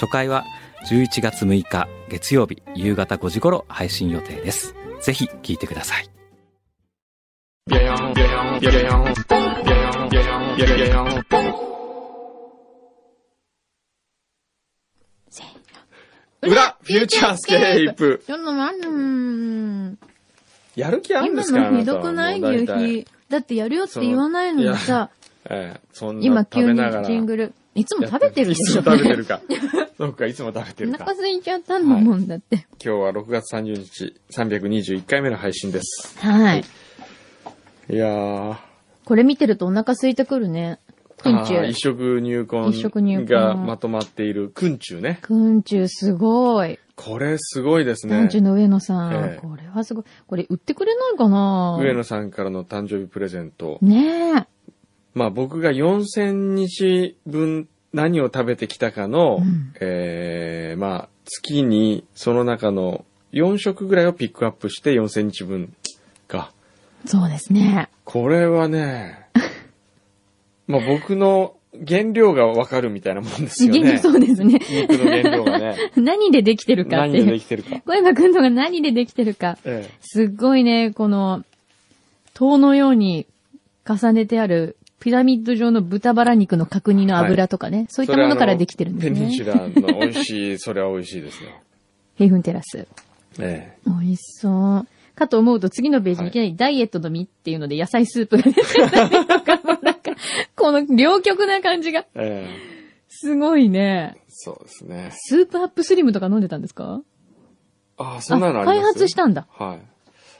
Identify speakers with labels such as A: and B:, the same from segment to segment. A: 初回は11月6日月曜日夕方5時頃配信予定ですぜひ聞いてください
B: Yeah, yeah, yeah, yeah, yeah, yeah, yeah. 裏、フューチャースケープ。
C: ちょっと待って、うーん。
B: やる気あるん
C: 今
B: ですか
C: のひどくない
B: あなたはも
C: 牛
B: う大体
C: 皮。だってやるよって言わないのに
B: そのい
C: さ、
B: ええ、そんな
C: 今
B: 食
C: 急
B: べ
C: に
B: ながら。
C: ジングル。いつも食べてるでしょ。
B: いつも食べて
C: お
B: る か。そうか、いつも食べてるか。
C: 腹
B: 今
C: 空いちゃったんだもんだって。
B: 日は6月30日、321回目の配信です。
C: はい。
B: いやー。
C: これ見てるとお腹空いてくるね。くんちゅ
B: あー
C: う
B: 一。食入
C: 一食入
B: 魂
C: 魂
B: がまとまっている、くんちゅうね。
C: くんちゅうすごい。
B: これすごいです
C: くん
B: ね
C: ちゅ。うの上野さ
B: え
C: ん。
B: え
C: これはすごい。これ売ってくれないかな
B: 上野さんからの誕生日プレゼント。
C: ねえ。
B: まあ僕が4000日分何を食べてきたかの、
C: うん
B: ええまあ月にその中の4食ぐらいをピックアップして4000日分か。
C: そうですね。
B: これは ね、まあ僕の原料がわかるみたいなもんですよ
C: 元
B: ね
C: 気。そうですね。
B: 肉の原料がね、
C: 何でできてるかっ
B: 何
C: て
B: で
C: い
B: で
C: う。
B: きてるか。
C: 小山くんのが何でできてるか。
B: え
C: すっごいね、この、塔のように重ねてある、ピラミッド状の豚バラ肉の角煮の油とかね、そういったものからできてるんで
B: ペ
C: す
B: ニンシ
C: ね。
B: ュラの美味しい、それは美味しいですよ。
C: ヘイフンテラス。
B: え
C: 美味しそう。かと思うと次のページ
B: はい
C: にいきなりダイエットの実っていうので野菜スープが 出てきたりとか、もうなんか、この両極な感じが、
B: えええ
C: すごいね。
B: そうですね。
C: スープアップスリムとか飲んでたんですか
B: ああ、そんなのあります
C: 開発したんだ。
B: はい。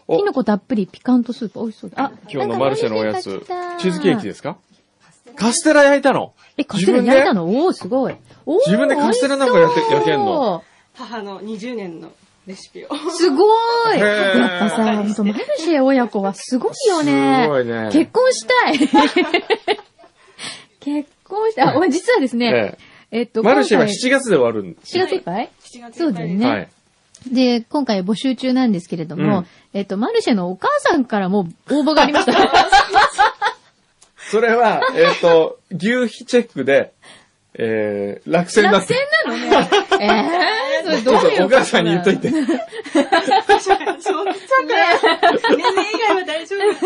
B: お
C: キノコたっぷりピカントスープ、美味しそうだ。あ、
B: 今日のマルシェのおや
C: な
B: つ
C: んか何、。
B: チーズケーキですすかカステラ焼いたの
C: え、カステラ焼いたのおおすごい。おー
B: 自分でカステラなんかやって
C: 美味しそう
B: 焼けんの
D: 母の20年のレシピを。
C: すごい
B: へー
C: やっぱさ、ほんとマルシェ親子はすごいよね。
B: すごいね
C: 結婚したい 結婚したい。あ、お実はですね、
B: え
C: えっ
B: え。
C: と、
B: マルシェは
C: 今回
B: 7月で終わるんです。
C: 7月いっぱい
D: 7月
C: そうだよね
B: はい。
C: で、今回募集中なんですけれど
B: う
C: も
B: ん、
C: えっと、マルシェのお母さんからも応募があり ました。
B: それ は、えっと、牛皮チェックで、えー、落選だっ
C: 落選
B: て。
C: なのね。えー、それどう
B: そう
C: い
B: そうう、お母さんに言っといて。
D: 確かにそう。そうか。年齢以外は大丈夫です。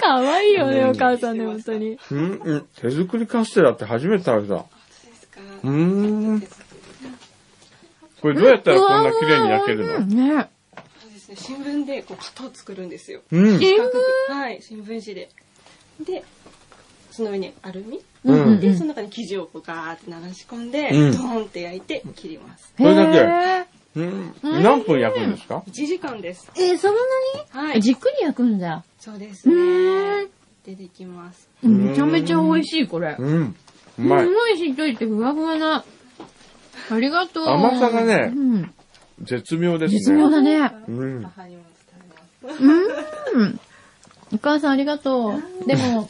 C: かわいいよね、
B: うん
C: お母さんね、本当に。
B: うん、うん。手作りカステラって初めて食べた。うーん。これどうやったらこんな綺麗に焼けるの
C: のね。
D: そうですね。新聞でこう型を作るんですよ。
B: うん。
C: 新聞
D: 四角くはい、新聞紙で。で、その上にアルミ。
B: う
C: うん
B: ん。
D: で、その中に生地をこうガーって流し込んで、
B: うん
D: ドーンって焼いて切ります。
B: これだけ
C: へー
B: うん。何分焼くんですか
D: 1時間です。
C: えー、そんな
D: は
C: に
D: い。
C: じっくり焼くんだ。
D: そうです
C: う
D: ね
C: ー。
D: 出てきます。
B: ん
C: めちゃめちゃ美味しい、これ。
B: うん。う
C: す
B: まい。
C: ごいしっとりってふわふわな。ありがとう。
B: 甘さがね
C: うん。
B: 絶妙ですね。
C: 絶妙だね。
B: うん。
D: 母にも伝えます。
C: お母さんありがとう。でも、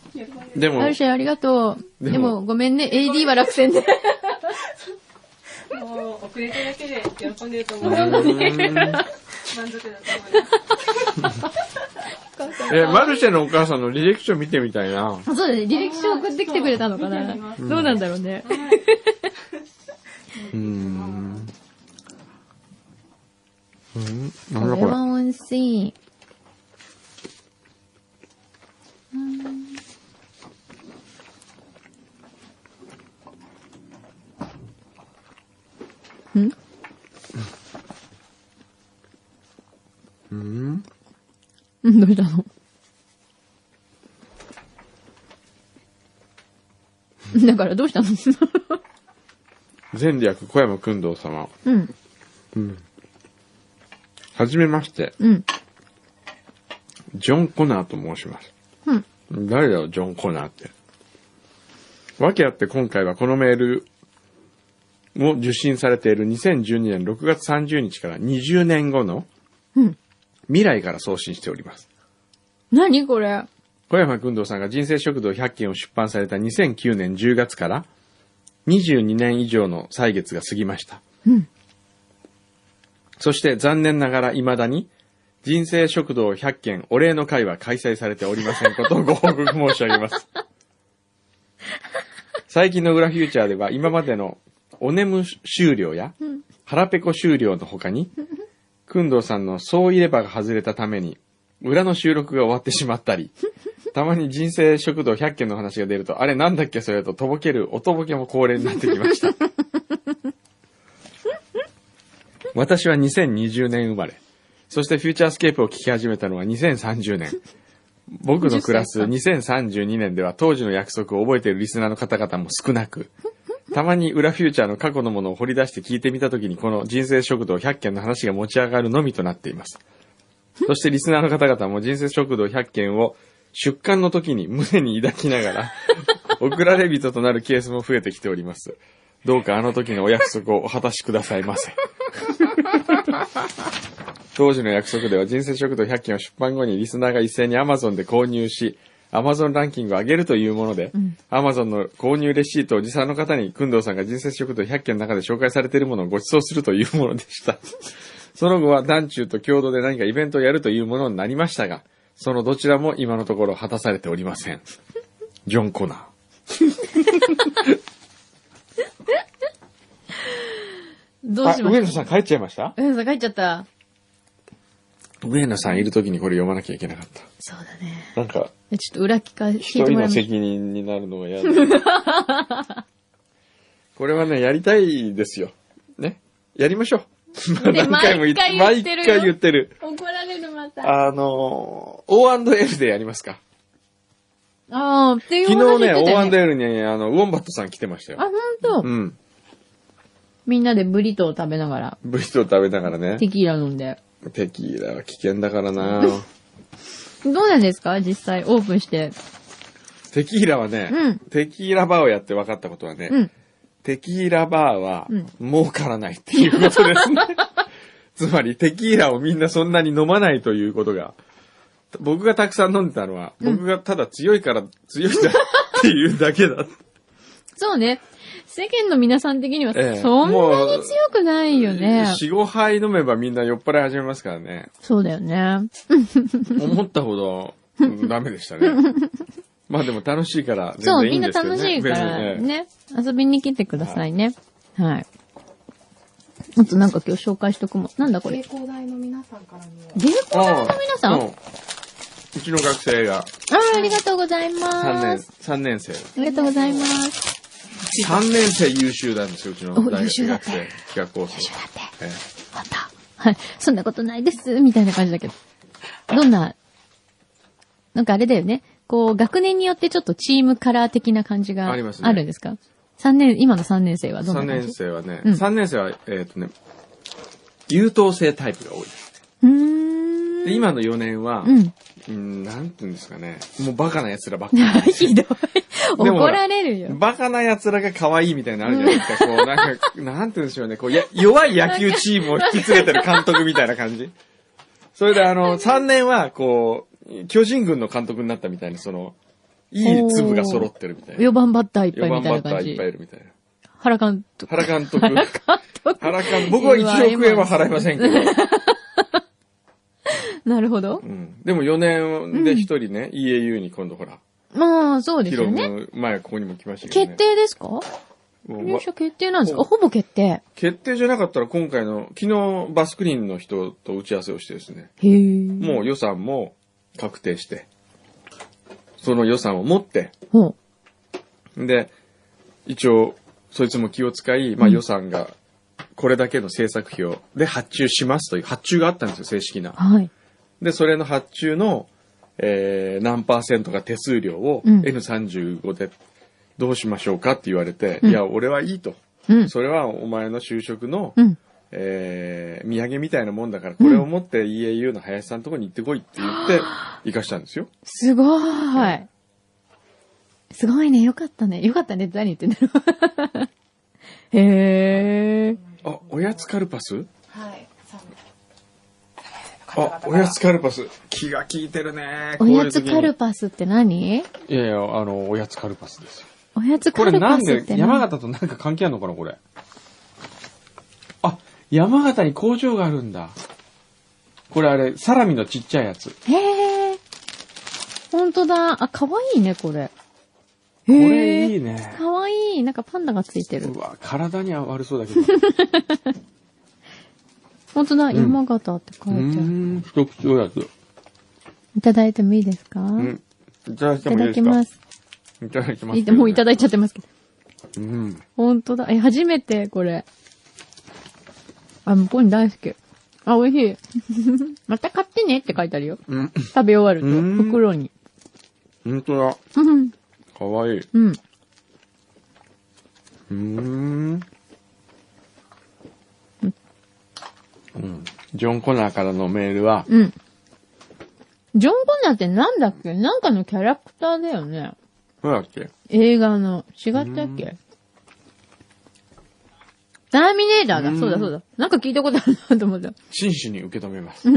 B: でも
C: マ、ルシェありがとう。
B: でも
C: でも、ごめんね。AD は落選で。
D: もう遅れただけで喜んでると思うので、満足だと思います。
B: え、マルシェのお母さんの履歴書見てみたいな。
C: そうだね。履歴書送ってきてくれたのかな。どうなんだろうね。
B: うん。うん、な
C: こ
B: んだ
C: れ
B: これ。
C: は美味しい。うん
B: うん。
C: うんど うしたのだからどうしたの
B: 前略小山君堂様。
C: うん、
B: はじめまして、
C: うん、
B: ジョン・コナーと申します。
C: うん。
B: 誰だよ、ジョン・コナーって。わけあって今回はこのメールを受信されている2012年6月30日から20年後の
C: うん。
B: 未来から送信しております。
C: 何これ
B: 小山君堂さんが人生食堂100件を出版された2009年10月から22年以上の歳月が過ぎました。
C: うん
B: そして残念ながら未だに人生食堂100件お礼の会は開催されておりません ことをご報告申し上げます。最近の裏フューチャーでは今までのおねむ終了や腹ペコ終了の他 に、くんどうさんの総入れ歯が外れたために、裏の収録が終わってしまった り、たまに人生食堂100件の話が出ると、あれなんだっけそれととぼける、おとぼけも恒例になってきました。私は2020年生まれ。そしてフューチャースケープを聞き始めたのは2030年。僕の暮らす2032年では当時の約束を覚えているリスナーの方々も少なく、たまに裏フューチャーの過去のものを掘り出して聞いてみたときに、この人生食堂100件の話が持ち上がるのみとなっています。そしてリスナーの方々も人生食堂100件を出刊の時に胸に抱きながら、送られ人となるケースも増えてきております。どうかあの時のお約束をお果たしくださいませ。当時の約束では人生食堂100件を出版後にリスナーが一斉に Amazon で購入し、Amazon ランキングを上げるというもので、Amazon の購入レシートを持参の方に、くんどうさんが人生食堂100件の中で紹介されているものをご馳走するというものでした。 その後は団中と共同で何かイベントをやるというものになりましたが、そのどちらも今のところ果たされておりません。 ジョン・コナー。
C: どうしま
B: あ、上
C: し
B: 野さん帰っちゃいました
C: た上野さん帰っちゃった。
B: 上野さんいる時にこれ読まなきゃいけなかった。
C: そうだね。
B: なんか、
C: えちょっと裏聞か、
B: 一
C: 聞い
B: 人
C: てもら
B: の
C: います。
B: 責任になるのが嫌だ。 これはね、やりたいですよ。ね。やりましょう。まあ
C: で
B: 何回も言って、
C: 毎回言
B: 毎
C: ってるよ
B: 回言ってる。
C: 怒られるまた。あ
B: あのー、O&L でやりますか。
C: あー、っていう
B: 昨日ね、
C: 話言ってたよ
B: O&L に、あの、ウォンバットさん来てました
C: あ、
B: よ。
C: ほんと、
B: うん。
C: みんなでブリトーを食べながら、
B: ブリトー食べながらね。
C: テキーラ飲んで。
B: テキーラは危険だからな
C: どうなんですか実際、オープンして。
B: テキーラはね、
C: うん
B: テキーラバーをやって分かったことはね、
C: うん。
B: テキーラバーは
C: うん
B: 儲からないっていうこと ですね。つまりテキーラをみんなそんなに飲まないということが、僕がたくさん飲んでたのは、僕がただ強いから強いんだっていうだけだ。
C: そうね。世間の皆さん的には、
B: ええ
C: そんなに強くないよね。
B: 4、5杯飲めばみんな酔っ払い始めますからね。
C: そうだよね。
B: 思ったほどうんダメでした ね。まあでも楽しいから全
C: そう、
B: 然い
C: み
B: いん
C: んな
B: ですけどね。
C: 楽しいから
B: 別にね
C: ね。遊びに来てくださいね。はい。あとなんか今日紹介しとくもん。なんだこ
D: 成
C: れ。
D: 功大の皆さんからの。
C: 芸工大の皆さん、
B: う
C: あ
B: ううちの学生が
C: あ、ありがとうござい
B: 3
C: ま
B: 年、
C: す。
B: 三年生。
C: ありがとうございます。
B: 3年生優秀なんですよ、うちの
C: お
B: 大
C: 優
B: 学
C: 秀だっ
B: 学
C: て
B: 生、企画コース
C: ちょ。っと待って、
B: ええ
C: また。はい。 そんなことないです、みたいな感じだけど。どんな、なんかあれだよね。こう、学年によってちょっとチームカラー的な感じが
B: あ
C: ある
B: りますね
C: んですか三年、今の3年生はどんな
B: 3
C: 感じ
B: 年生はね、
C: うん
B: 3年生は、えっ、とね、優等生タイプが多いです。
C: うーん。
B: で、今の4年は、
C: う。
B: うんーん、なんていうんですかね、もうバカな奴らばっかり。
C: ひどい。
B: ほら
C: 怒られるよ。
B: バカな奴らが可愛いみたいなのあるじゃないですか。こう、なんか、なんて言うんでしょうね。こう、や弱い野球チームを引き連れてる監督みたいな感じ。それであの、3年は、こう、巨人軍の監督になったみたいな、その、いい粒が揃ってるみたいな。
C: 4番バッターいっぱ
B: 4
C: いみ
B: 番
C: た
B: バ
C: いな
B: ッタ
C: 感
B: ーいっ
C: じ
B: ぱい。いるみたいな。
C: 原監督。
B: 原監督。
C: 原監督。
B: 原監僕は1億円は払いませんけど。
C: なるほど
B: う。ん、でも4年で1人ね、EAU に今度ほら、
C: まあ、そうで
B: ヒ
C: す
B: ロ
C: よね。
B: ム前ここにも来ましたけど、ね。
C: 決定ですか
B: もうわ
C: 入社決定なんですか
B: もう
C: ほぼ決定。
B: 決定じゃなかったら今回の、昨日バスクリーンの人と打ち合わせをしてですね、
C: へえ。
B: もう予算も確定して、その予算を持って、
C: ほう。
B: で、一応、そいつも気を使い、まあ予算が、これだけの制作費を、で発注しますという、発注があったんですよ、正式な。
C: はい。
B: で、それの発注の、えー、何パーセントが手数料を
C: うん
B: N35 でどうしましょうかって言われて、
C: うん
B: いや、俺はいいと。
C: うん。
B: それはお前の就職の、
C: うん。
B: えー、土産みたいなもんだから、これを持って EAU の林さんのとこに行ってこいって言って、行かしたんですよ。
C: すごーい。すごいね。よかったね。よかったねって何言ってんだろう。 へえ。
B: あ、おやつカルパス
D: はい。三名
B: あ、おやつカルパス。気が利いてるね。
C: おやつカル
B: パ
C: パスって何
B: ス。いやいや、あの、おやつカルパスですよ。
C: おやつ
B: こ
C: カ
B: れ
C: ル
B: な
C: パ
B: ん
C: ス
B: で
C: っ、て
B: 山
C: 何
B: 形となんか関係あるのかな、これ。あ、山形に工場があるんだ。これあれ、サラミのちっちゃいやつ。
C: へえ。ほんとだ。あ、かわいいね、これ。
B: これい
C: へ
B: い
C: え。
B: ね。
C: かわいい。なんかパンダがついてる
B: う。わ、体には悪そうだ けど。
C: ほんとだ。
B: ん
C: 山形って書
B: う
C: いてある。
B: ーん、一口おやつ。
C: いただいてもいいですか
B: うん。いただい
C: い
B: てもい
C: た
B: い
C: だ
B: で
C: き
B: すか
C: ます。
B: いただきま
C: い
B: す
C: いもういた
B: だ
C: だいちゃってますけど。
B: うん。
C: ほんとだ。え、初めて、これ。あ、向こうに大好き。あ、美味しい。また買ってねって書いてあるよ。
B: うん。
C: 食べ終わる
B: う
C: と、
B: ん
C: 袋に。
B: ほんとだ。
C: うん。
B: かわいい。う
C: うん。
B: ーん。うん。ジョン・コナーからのメールは、
C: うん。ジョン・コナーってなんだっけなんかのキャラクターだよね。
B: どうだっけ
C: 映画の。違ったっけターミネーターだ。
B: うん
C: そうだそうだ。なんか聞いたことあるなと思った。
B: 真摯に受け止めます。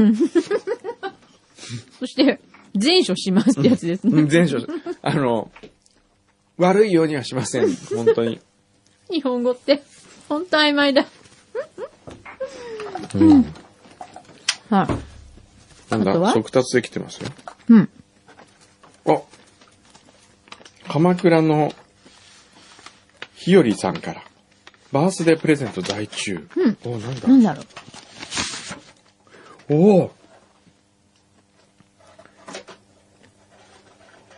C: そして、前処しますってやつですね。
B: うん、前所、あの、悪いようにはしません。本当に。
C: 日本語って、ほんと曖昧だ。
B: うん。
C: はい、
B: なん
C: あと
B: だ、
C: は
B: 速達できてますよ。
C: うん。
B: あ鎌倉のひよりさんから、バースデープレゼント在中。
C: うん
B: おなんだ
C: なんだろう。
B: おお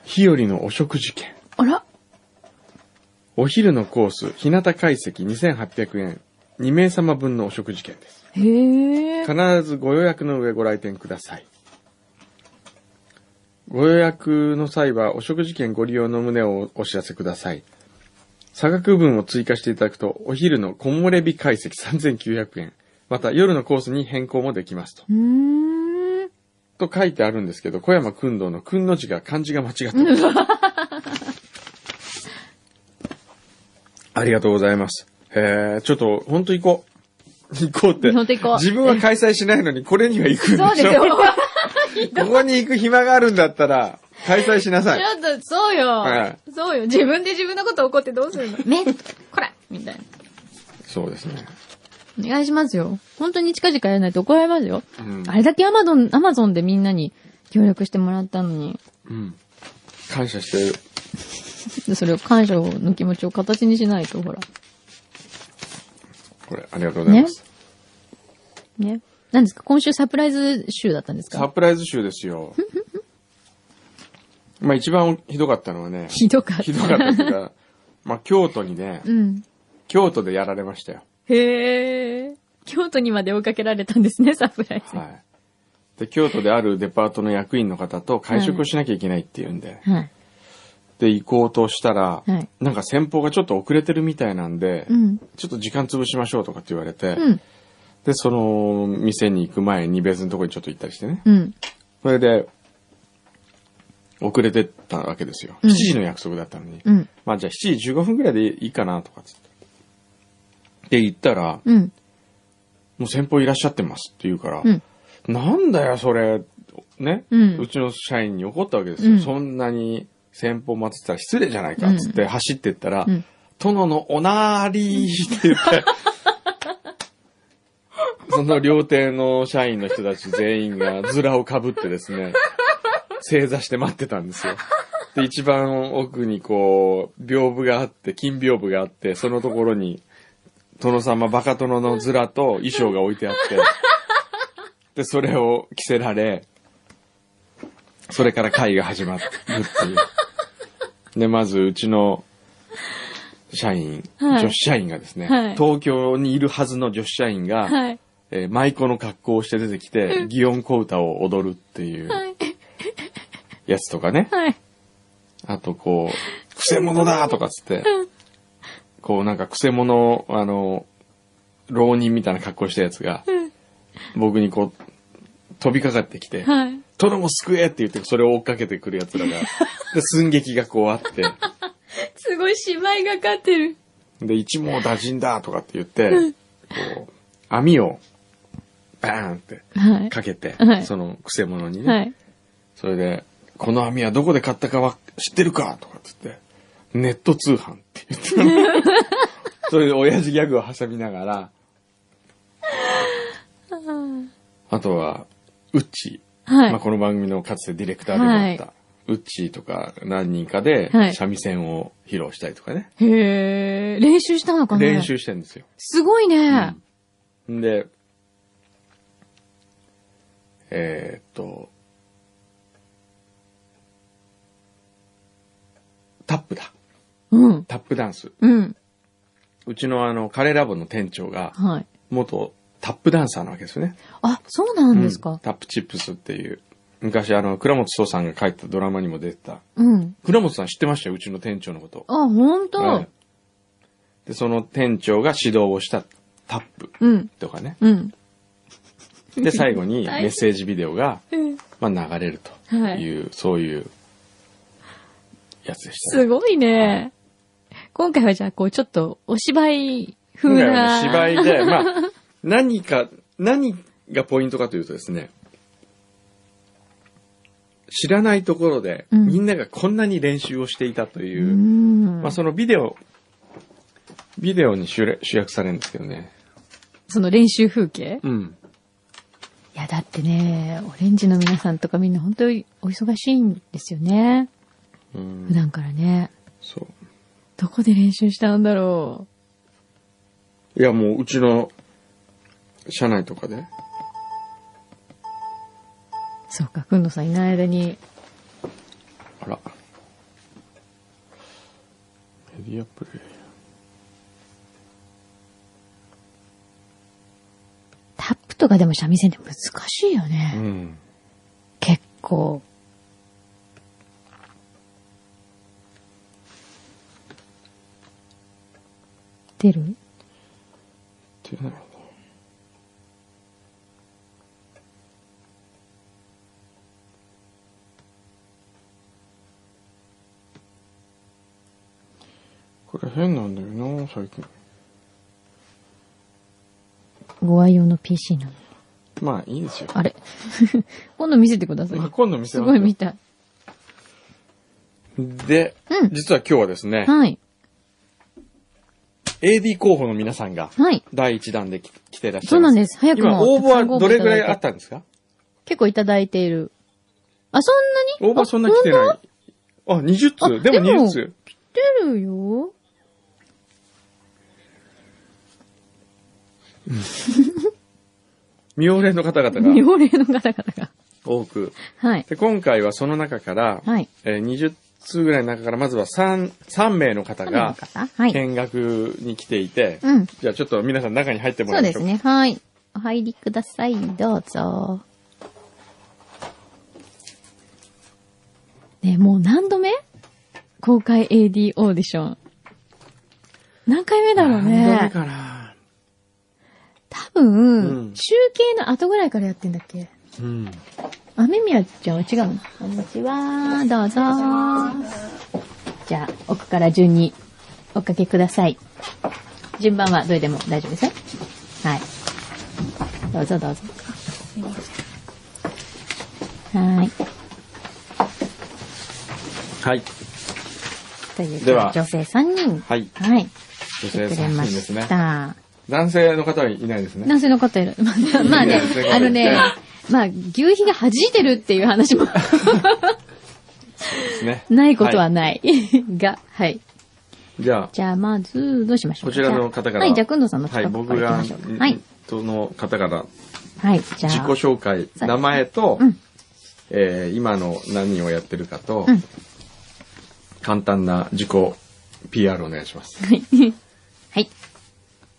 B: 日和のお食事券。
C: あら
B: お昼のコース、日向解析2800円。2名様分のお食事券です。
C: へえ。
B: 必ずご予約の上ご来店ください。ご予約の際は、お食事券ご利用の旨をお知らせください。差額分を追加していただくと、お昼の木漏れ日解析3900円。また、夜のコースに変更もできますと。
C: うーん。
B: と書いてあるんですけど、小山くんどうのくんの字が漢字が間違ってます。ありがとうございます。へえ、ちょっと、ほんと行こう。行こうって。
C: ほんと行こう
B: 自分は開催しないのに、これには行くんでしょ
C: そうですよ。ちょっ
B: ここに行く暇があるんだったら、開催しなさい。
C: と、そうよ
B: は。
C: そうよ。自分で自分のこと怒ってどうするのねこらみたいな。
B: そうですね。
C: お願いしますよ。本当に近々やらないと怒られますよ。
B: うん
C: あれだけアマゾン、アマゾンでみんなに協力してもらったのに、
B: うん。感謝してる。
C: それを感謝の気持ちを形にしないと、ほら。
B: これ、ありがとうございます。
C: ね。なんですか今週サプライズ週だったんです
B: サ
C: か
B: プライズ集ですよ。まあ一番ひどかったのはね、
C: ひどかった。
B: ひどかったっていうか、まあ京都にね、
C: うん。
B: 京都でやられましたよ。
C: へえ。京都にまで追いかけられたん ですね、サプライズ。
B: はい。で、京都であるデパートの役員の方と会食をしなきゃいけないっていうんで、
C: はい。
B: で、行こうとしたら、
C: はい
B: なんか先方がちょっと遅れてるみたいなんで、
C: うん。
B: ちょっと時間潰しましょうとかって言われて、
C: うん。
B: で、その店に行く前に別のとこにちょっと行ったりしてね。
C: うん。
B: それで、遅れてったわけですよ。
C: うん
B: 7時の約束だったのに。
C: うん。
B: まあじゃあ7時15分ぐらいでいいかなとかっつって。で、行ったら、
C: うん。
B: もう先方いらっしゃってますって言うから、
C: うん
B: なんだよそれ、ね、
C: う
B: うんちの社員に怒ったわけですよ。
C: うん
B: そんなに先方待ってたら失礼じゃないかっつって走ってったら、
C: うん
B: 殿のおなーりーって言って、その料亭の社員の人たち全員がズラをかぶってですね、正座して待ってたんですよ。で、一番奥にこう、屏風があって、金屏風があって、そのところに、殿様、バカ殿のズラと衣装が置いてあって、で、それを着せられ、それから会が始まるっていう。で、まず、うちの社員、
C: はい
B: 女子社員がですね、
C: はい
B: 東京にいるはずの女子社員が、
C: はい。
B: えー舞妓の格好をして出てきて、祇園小唄を踊るっていう
C: はい。
B: やつとかね。
C: はい。
B: あとこう、くせ者だとかっつって、こうなんかくせ者、あの、浪人みたいな格好したやつが、僕にこう、飛びかかってきて、
C: はい。
B: 殿も救えって言ってそれを追っかけてくる やつらが、で寸劇がこうあって、
C: すごい芝居がかってる。
B: で、一網打尽だとかって言って、こう、網を、バーンって
C: はい。
B: かけて、
C: はい
B: その、くせ者にね、
C: はい。
B: それで、この網はどこで買ったかは知ってるかとかって言って、ネット通販って言って、 それで親父ギャグを挟みながら、あとは、ウッチー。
C: はい
B: まあ、この番組のかつてディレクターでもあった、
C: は
B: ウッチーとか何人かで
C: はい
B: 三味線を披露したりとかね、
C: へえ、練習したのかな
B: 練。習してんですよ。
C: すごいね。
B: んで、えーっと、タップだ。
C: うん。
B: タップダンス。
C: うん。
B: うちのあの、カレーラボの店長が、
C: はい。
B: 元タップダンサーなわけですよね。
C: あ、そうなんです
B: うん
C: か。
B: タップチップスっていう。昔あの、倉本壮さんが書いてたドラマにも出てた。
C: うん。
B: 倉本さん知ってましたよ、うちの店長のこと。
C: あ、ほんと
B: ねで、その店長が指導をしたタップ
C: うん。
B: とかね。
C: うん。
B: で、最後 にメッセージビデオが、まあ、流れるという、そういうやつでした、
C: す
B: ね。
C: ごいね。今回はじゃあ、こう、ちょっと、お芝居風
B: 今回は
C: な。
B: もう芝居で、まあ、何か、何がポイントかというとですね、知らないところで、
C: うん
B: みんながこんなに練習をしていたというう、
C: ん
B: まあ、そのビデオ、ビデオに主れ主役されるんですけどね。
C: その練習風景
B: うん。
C: いや、だってね、オレンジの皆さんとかみんな本当にお忙しいんですよね。
B: うん
C: 普段からね。
B: そう。
C: どこで練習したんだろ
B: いや、もううちの、社内とかで、
C: う。そうか、くんのさんいない間に。
B: あら。メディアプレイ
C: タップとかでも三味線って難しいよね。
B: ヤー。うん。
C: 結構。出る
B: 出ないねこれ変なんだよな、最近。
C: ご愛用の PC なの。
B: まあいいですよ。
C: あれ 今度見せてください
B: まあ。今度見せ
C: す
B: ま
C: ご
B: す
C: い
B: よ
C: 見たい。
B: で、
C: うん
B: 実は今日はですね、
C: はい。
B: AD 候補の皆さんが、
C: はい。
B: 第1弾でき来てらっしゃいます。
C: そうなんです早く
B: 今、応
C: もたくさん
B: 募
C: ご
B: は
C: 応募
B: どれぐらい
C: いただいて
B: あったんですか
C: 結構いただいている。あ、そんなに
B: 応募はそんな来て
C: い。
B: ない。あ、20通。
C: あ
B: でも
C: でも
B: 20通。
C: 出るよ。
B: 妙齢の方々
C: 妙
B: が
C: 齢の方々が。
B: 多く。
C: はい。
B: で、今回はその中から、
C: はい。
B: えー20通ぐらいの中から、まずは3、三名の方
C: カメラの
B: が
C: 方はい。
B: 見学に来ていて、
C: うん。
B: じゃあちょっと皆さん中に入っても
C: そ
B: ら
C: う
B: いま
C: で
B: しょ
C: す
B: う。
C: ね。はい。お入りください。どうぞ。ねもう何度目公開 AD オーディション。何回目だろう
B: 何度目
C: ね。
B: かな
C: 多分、
B: うん
C: 中継の後ぐらいからやってんだっけ
B: うん。
C: 雨宮ちゃんは違うのこんにちは。どうぞ。じゃあ、奥から順におかけください。順番はどれでも大丈夫ですよ。はい。どうぞどうぞ。はい。
B: はい。
C: という
B: では
C: 女性3人。
B: はい。
C: はい。
B: 女性
C: 来てくれ
B: 3人
C: ま
B: ですね
C: し。た。
B: 男性の方はいないですね。
C: 男性の方いる。 まあまあね、あのね、まあ、牛皮が弾いてるっていう話も
B: ですね
C: ないことは
B: は
C: ない。 が、はい。
B: いじゃあ、
C: じゃあ、まず、どうしましょう
B: こ
C: か
B: ちらの方から。
C: はい、じゃあ、くんどさんの
B: は
C: 方
B: い、
C: から行
B: 僕
C: き
B: が、
C: ましょうか。はい。
B: その方から
C: はい、じゃあ。
B: 自己紹介、
C: さ
B: 名前と、
C: うん
B: えー今の何をやってるかと、
C: うん
B: 簡単な自己 PR お願いします。
C: はい。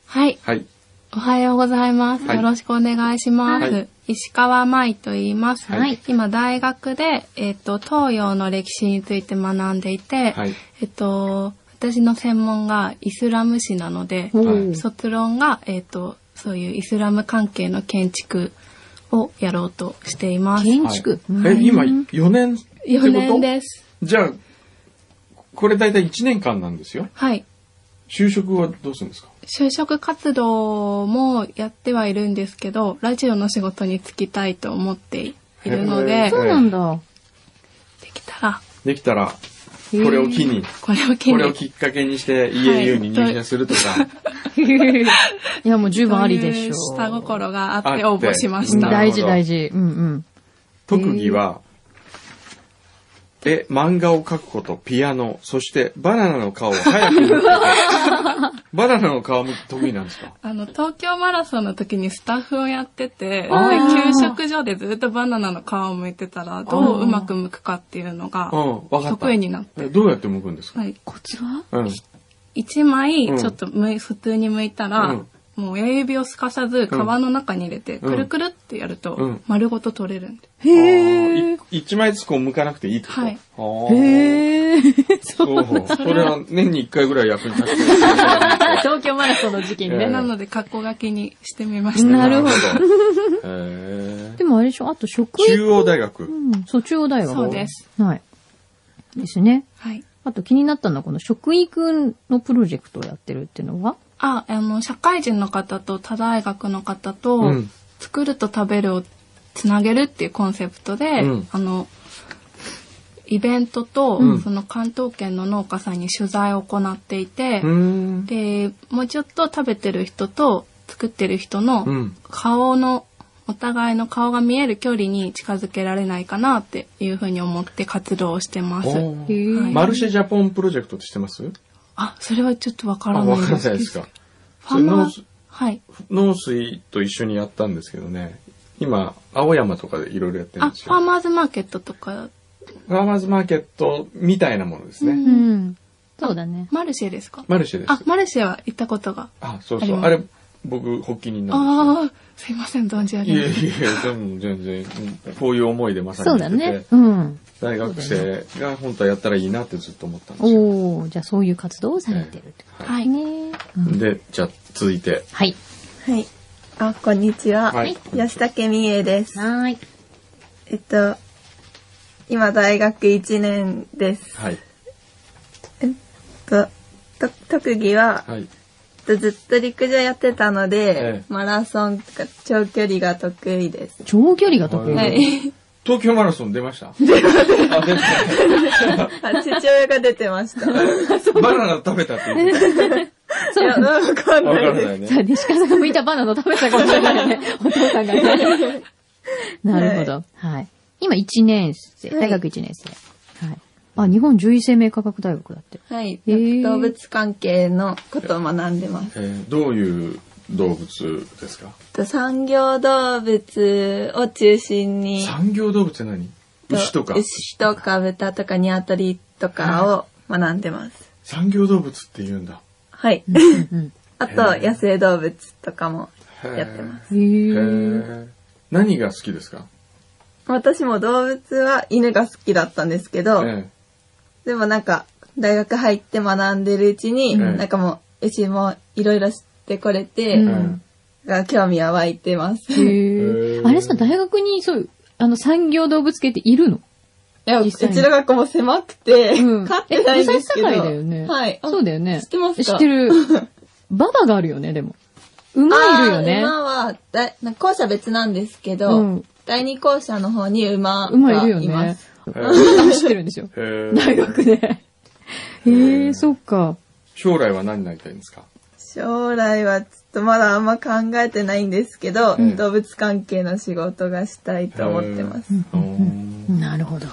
E: はい。
B: はい。
E: おはようございます。
B: はい
E: よろしくお願いします。
B: はい
E: 石川舞と言います。
C: はい
E: 今、大学で、えっ、と、東洋の歴史について学んでいて、
B: はい
E: えっ、と、私の専門がイスラム史なので、
C: お
B: はい
C: ー
E: 卒論が、えっ、と、そういうイスラム関係の建築をやろうとしています。
C: 建築。
B: はいえ、今4年ってこと
E: 4年です。
B: じゃあ、これ大体1年間なんですよ。
E: はい。
B: 就職はどうするんですか
E: 就職活動もやってはいるんですけど、ラジオの仕事に就きたいと思っているの
B: へ
E: で、
C: そうなんだ。
E: できたら、
B: できたら、これを機に、
E: これを機
B: これを
E: に、
B: きっかけにして EAU に入社するとか、
C: いや、もう十分ありでしょ
E: そういう下心があっ
B: あって
E: て応募しま
C: う
E: し
C: ん
B: なるほど
E: た。
C: 大事大事。うんうん。
B: 特技は、え、漫画を描くこと、ピアノ、そしてバナナの皮を早くむくこと。バナナの皮むき得意なんですか
E: あの、東京マラソンの時にスタッフをやってて、で
B: あ
E: 給食所でずっとバナナの皮を剥いてたら、どううまく剥くかっていうのが
B: う、ん、わかった。
E: 得意になって
B: えどうやってむくんですか
E: はい、コツは
B: うん。
E: 一枚
B: うん
E: ちょっとむい、普通に剥いたら、
B: うん
E: もう親指をすかさず皮の中に入れて、
B: うん
E: くるくるってやると、
B: うん
E: 丸ごと取れるんで、
B: へえ。一枚ずつこう剥かなくていいってこと
E: はい
B: はい。へえ。
C: へ ーそう。
B: そう。それは年に一回ぐらい役に立つ。
C: 東京マラソンの時期
B: う
C: に
B: ん
C: ね。
E: なので格好書きにしてみました、
C: なるほど
B: ど。へえ。
C: でもあれでしょあと食
B: 中
C: 育。
B: 央大学。
C: うん、そう、中央大学。
E: そうです。
C: はい。ですね。
E: はい
C: あと気になったのは、この食育のプロジェクトをやってるっていうのは
E: ああの社会人の方と他大学の方と、
B: うん
E: 作ると食べるをつなげるっていうコンセプトで、
B: うん
E: あのイベントと、
B: うん
E: その関東圏の農家さんに取材を行っていて、
B: うん。
E: でもうちょっと食べてる人と作ってる人の
B: うん
E: 顔の、お互いの顔が見える距離に近づけられないかなっていうふうに思って活動をしてます
B: お。ー
C: ー
B: マルシェジャポンプロジェクトって知ってます
E: あ、それはちょっとわか
B: あ、
E: らない
B: わからないですか。
E: ファ
B: そ
E: ン
B: れ
E: は
B: 農水
E: はい。
B: 農水と一緒にやったんですけどね。今、青山とかでいろいろやってるん
E: あ、
B: です
E: フ
B: よ。
E: ァー
B: フ
E: マーズマーケットとか、
B: ァーマーズマーケットみたいなものですね。
E: うん
C: うん。そうだね。
E: マルシェですか
B: マルシェで
E: あ
B: す、。
E: マルシェは行ったことが。
B: あ、そうそ
E: あり
B: う。
E: ます
B: あれ、僕、発起人なん
E: ああ、すいません、存じ上
B: ですよ。い
E: げ
B: や
E: ないい。
B: やいや、でも全然、うんこういう思いでまさに
C: そう
B: や
C: だ
B: ってて
C: ね。うん。
B: 大学生が本当はやったらいいなってずっと思ったんですよ。
C: おー、じゃあそういう活動をされてるってこ
E: は
C: と
E: い。
C: ね。うん
B: で、じゃあ続いて。
C: はい。
F: はい。あ、こんにちは。
B: はい
F: 吉武美恵です。
C: はーい。
F: えっと、今大学1年です。
B: はい。
F: とと特技は、
B: はい。
F: とずっと陸上やってたので
B: え、え
F: マラソンとか長距離が得 意です。
C: 長距離が得意。
B: は
F: はいい。
B: 東京マラソン出ました出ました。あ出まし
F: あ父親が出て ました。い
B: た。バナナ食べたって言って
C: そう
F: や、わかん
B: た。わ
F: な
B: か
F: い
B: らな
F: で
B: い
C: さ
B: ね。
C: あ、西川さんが剥いたバナナ食べたかもしれないね。 お父さんがね。なるほど。はい。今1年生、
F: はい
C: 大学1年生。はい。あ、日本獣医生命科学大学だって。
F: す。はい。
C: へえ
F: 動物関係のことを学んでます。
B: えーどういう動物ですか
F: と産業動物を中心に、
B: 産業動物って何牛とか。
F: 牛とか豚とか鶏とかを学んでます。
B: 産業動物って言うんだ。
F: はい。
C: うん
F: あと、野生動物とかもやってます。
C: へ
B: へ
C: ー。
B: ー何が好きですか
F: 私も動物は犬が好きだったんですけど、
B: え
F: でもなんか、大学入って学んでるうちに、
B: ええ
F: なんかもう、牛もいろいろ知ってこれて、
C: う
B: え
C: ん
B: うん
F: が興味は湧いてます。
C: へ
F: い
B: へ
C: ー
B: ー
C: あれさ、大学にそういう、あの、産業動物系っているの
F: や、う
C: 実
F: ち
C: 際に
F: の学校も狭くて、
C: うん。
F: 飼ってないんですけど。
C: え武蔵境だよね。
F: はい。
C: そうだよね。
F: 知ってます
C: 知
F: か
C: って る。馬場があるよね、でも。馬いるよね
F: あー。馬は、だなんか校舎別なんですけど、
C: うん
F: 第二校舎の方に馬がいま
C: 馬い
F: す。
C: るよね。
B: え
C: 知ってるんですよ。
B: へー
C: 大学 で。へえ、そっか。
B: 将来は何になりたいんですか
F: 将来はちょっとまだあんま考えてないんですけど、
B: ん
F: 動物関係の仕事がしたいと思ってます。
B: へーうーん
C: なるほど。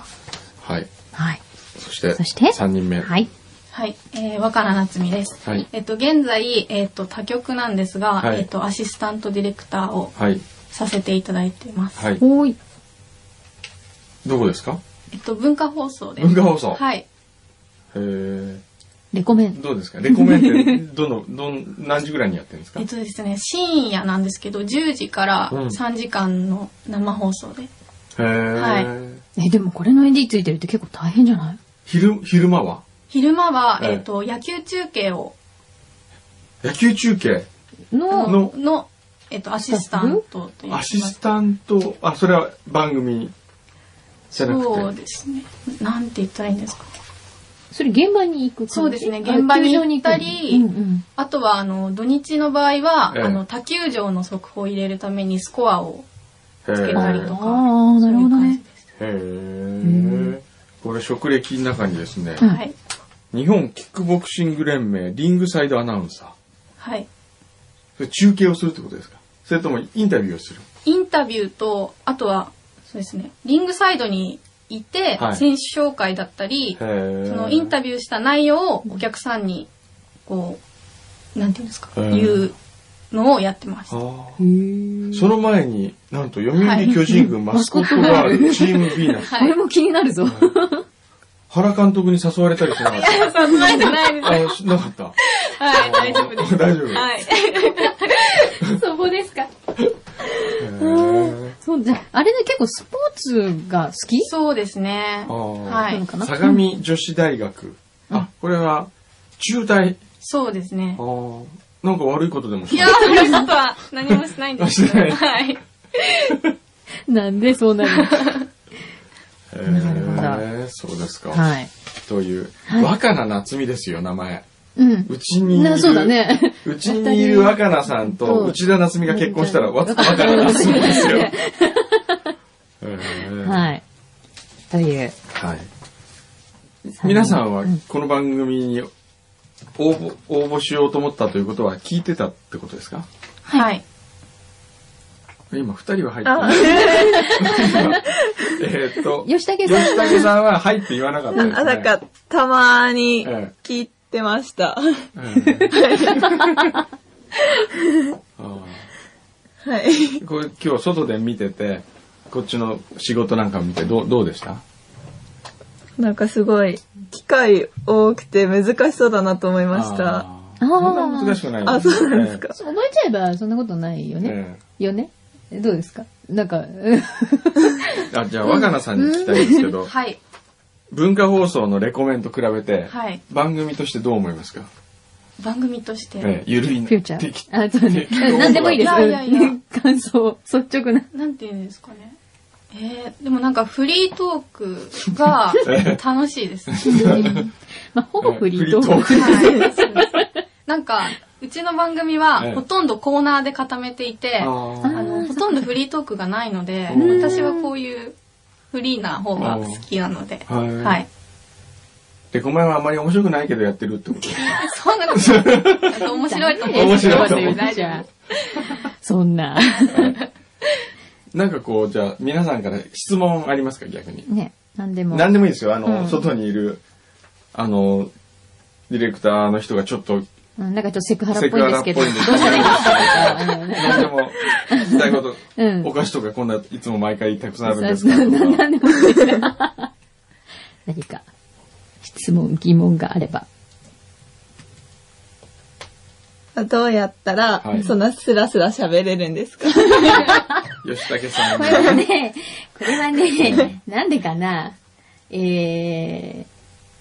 B: はい。
C: はい。
B: そして、
C: そして
B: 3人目。
C: はい。
G: はい、えー、若菜夏美です。
B: はい
G: えっと、現在、えっと、他局なんですが、
B: はい
G: えっと、アシスタントディレクターを
B: はい。
G: させていただいています。
B: はい。
C: おーい。
B: どこですか
G: えっと、文化放送で。
B: 文化放送。い。
G: はい。
B: へー
C: レコメン。
B: どうですかレコメンって、どの、 どの、何時ぐらいにやってるんですか
G: えっとですね、深夜なんですけど、10時から
B: うん
G: 3時間の生放送で。
B: へー
G: は
C: え、でもこれの ND ついてるって結構大変じゃない
B: 昼、昼間は
G: 昼間は、
B: ええ
G: えっと、野球中継を、
B: 野球中継
C: の、
B: の
G: の、えっと、アシスタントという
B: アシスタント、あ、それは番組じゃなくて。
G: そうですね。なんて言ったらいいんですか。
C: それ現場に行く感じ
E: そうですね
C: あ
E: 現場に行ったり
C: 球場に行くのうんうん
E: あとはあの土日の場合は、
B: ええ
E: あの他球場の速報を入れるためにスコアを
B: へ
E: つけたりと
B: ー
E: か、
C: あーなるほどね
B: へーこれ職歴の中にですね、
E: そういう感じです
B: 日本キックボクシング連盟リングサイドアナウンサー。
E: はい、はい、
B: それ中継をするってことですかそれともインタビューをする
E: インタビューとあとはそうですねリングサイドにいて、
B: はい
E: 選手紹介だったり
B: へ
E: そ
B: ー
E: のインタビューした内容をお客さんにこうなんていうんですか、
B: へえ
E: 言うのをやってました
B: あーその前に、なんと読売巨人軍マスコットガールチームビーナス。
C: これも気になるぞ。
B: 原監督に誘われたりしなかった。
E: そんなんじゃないです
B: あ、しなかった。
E: はい大丈夫で す
B: 大丈夫。
E: はい
C: そこですか。
B: へー
C: そうじゃあれね、結構スポーツが好き
E: そうですね
B: あー
E: は
C: ないのかな
B: 相模女子大学。あ、これは、中大。
E: そうですね
B: あーなんか悪いことでもし
E: いや
B: た。
E: ー、そういうことは何もしないんですけ
B: しない
E: ど。はい。
C: なんでそうなるの
B: へ
C: な
B: ーそうです か。
C: はい。
B: という
C: はい、
B: 若菜夏美ですよ、名前。
C: うん。
B: うちにい
C: な
B: る。
C: そうだね。
B: うちにいる若菜さんと内田夏美が結婚したら、わ若菜夏美ですよ。は
C: はい。という。
B: はい。皆さんはこの番組に応募応募しようと思ったということは聞いてたってことですか
E: はい。
B: 今二人は入ってない。えーっと、
C: 吉武さん
B: 吉武さんは入って言わなかったです、ね。
F: あ、なんか、たまに
B: え
F: 聞いてました。
B: えー あ
F: はい。
B: ーこれ今日外で見てて、こっちの仕事なんか見てどうどうでした
F: なんかすごい、機会多くて難しそうだなと思いました。
B: あー
C: あ
B: そんな
C: あ
B: 難し。くない
F: あ、そうなんですか。
C: 覚えちゃえばそんなことないよ
B: ええ
C: ね。
B: え
C: よね。どうですかなんか、うん
B: えあじゃあ若菜さんに聞きたいんですけど、
E: はい。
B: 文化放送のレコメンと比べて、
E: はい。
B: 番組としてどう思いますか、
E: 番組として。
B: ええゆるいな
C: フューチャ
B: 適
C: ー。あ、そうね。
B: 適当
C: 何でもいいです。
E: いやいやいや
C: うん感想、率直な。
E: なんていうんですかね。えー、でもなんかフリートークが 楽しいです。はい
C: まあ、ほぼフリー
B: え
C: ト
B: えフリート
C: ー
B: ーク
C: ク。
E: そうですなんか、うちの番組
B: ええ
E: はほとんどコーナーで固めていて、あ
B: あー
E: の、ほとんどフリートークがないので、
B: うん
E: 私はこういうフリーな方が好きなので、
B: はい
E: はい。
B: レコメンはあまり面白くないけどやってるってこと
E: そん なことない。面白いと思う。
B: 面白いと思う
E: 大丈夫
C: そんな。
B: なんかこう、じゃあ皆さんから質問ありますか逆に。
C: ね。何でも。
B: 何でもいいですよ。あの、
C: うん
B: 外にいる、あの、ディレクターの人がちょっと
C: うん、なんかちょっとセクハラっ
B: セ
C: ぽ
B: ク
C: いん
B: ハ
C: で
B: ラっぽ
C: す
B: い
C: け
B: ん
C: ど。
B: で
C: どう
B: す
C: したらいいですかみたい
B: 何で も聞きたいこと、
C: うん
B: お菓子とかこんないつも毎回たくさんあるん
C: な
B: です
C: そう
B: か
C: そう
B: とか
C: 何でもいいですか何か、質問、疑問があれば。
F: どうやったら、
B: はい
F: そんなスラスラ喋れるんですか
B: 吉武さん
C: こ れはね、これはね、なんでかな。え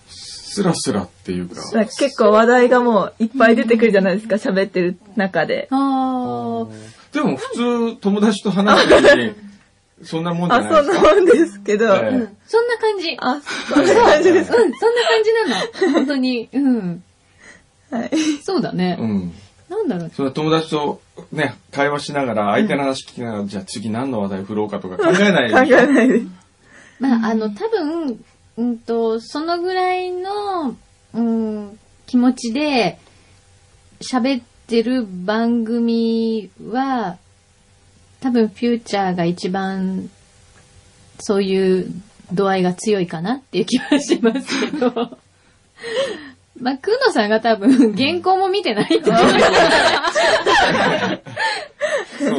B: スラスラっていうか、
F: なんか結構話題がもういっぱい出てくるじゃないですか、喋ってる中で。
C: ー、あー
B: でも普通友達と話してる し、そんなもんじゃ
F: あ、
B: ない
F: そん
B: です
F: な
B: か。
F: もんですけど。
B: ええ
C: そんな感じ。
F: あ、そんな感じです
C: うん、そんな感じなの。本当に。うん。
F: か。はい。
C: そうだね。
B: うん。
C: なんだろう。
B: その友達とね、会話しながら、相手の話聞きながら、じゃあ次何の話題振ろうかとか考えない
F: 考
B: よう
F: え
B: に。
F: ないです。
C: まあ、あの、多分、うんと、そのぐらいの、うん、気持ちで、喋ってる番組は、多分、フューチャーが一番、そういう度合いが強いかなっていう気はしますけど。 まあ、くのさんが多分、原稿も見てないって
B: そ
C: そう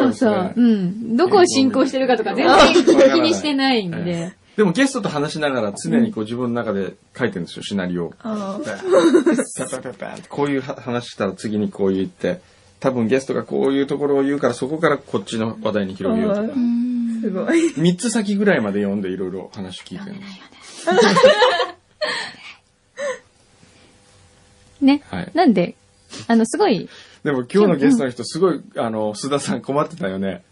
B: です
C: そ
B: ね
C: う。うん。どこを進行してるかとか全然気にしてないん
B: ええ
C: で。
B: でもゲストと話しながら常にこう自分の中で書いてるんですよ、シナリオを。
F: あー
B: パパパパンってこういうは話したら次にこう言って、多分ゲストがこういうところを言うからそこからこっちの話題に広げようとか。
F: すごい。
B: 3つ先ぐらいまで読んでいろいろ話聞いてる。
C: ね。
B: はい
C: なんで、あの、すごい、
B: でも今日のゲストの人すごい、あの、須田さん困ってたよね。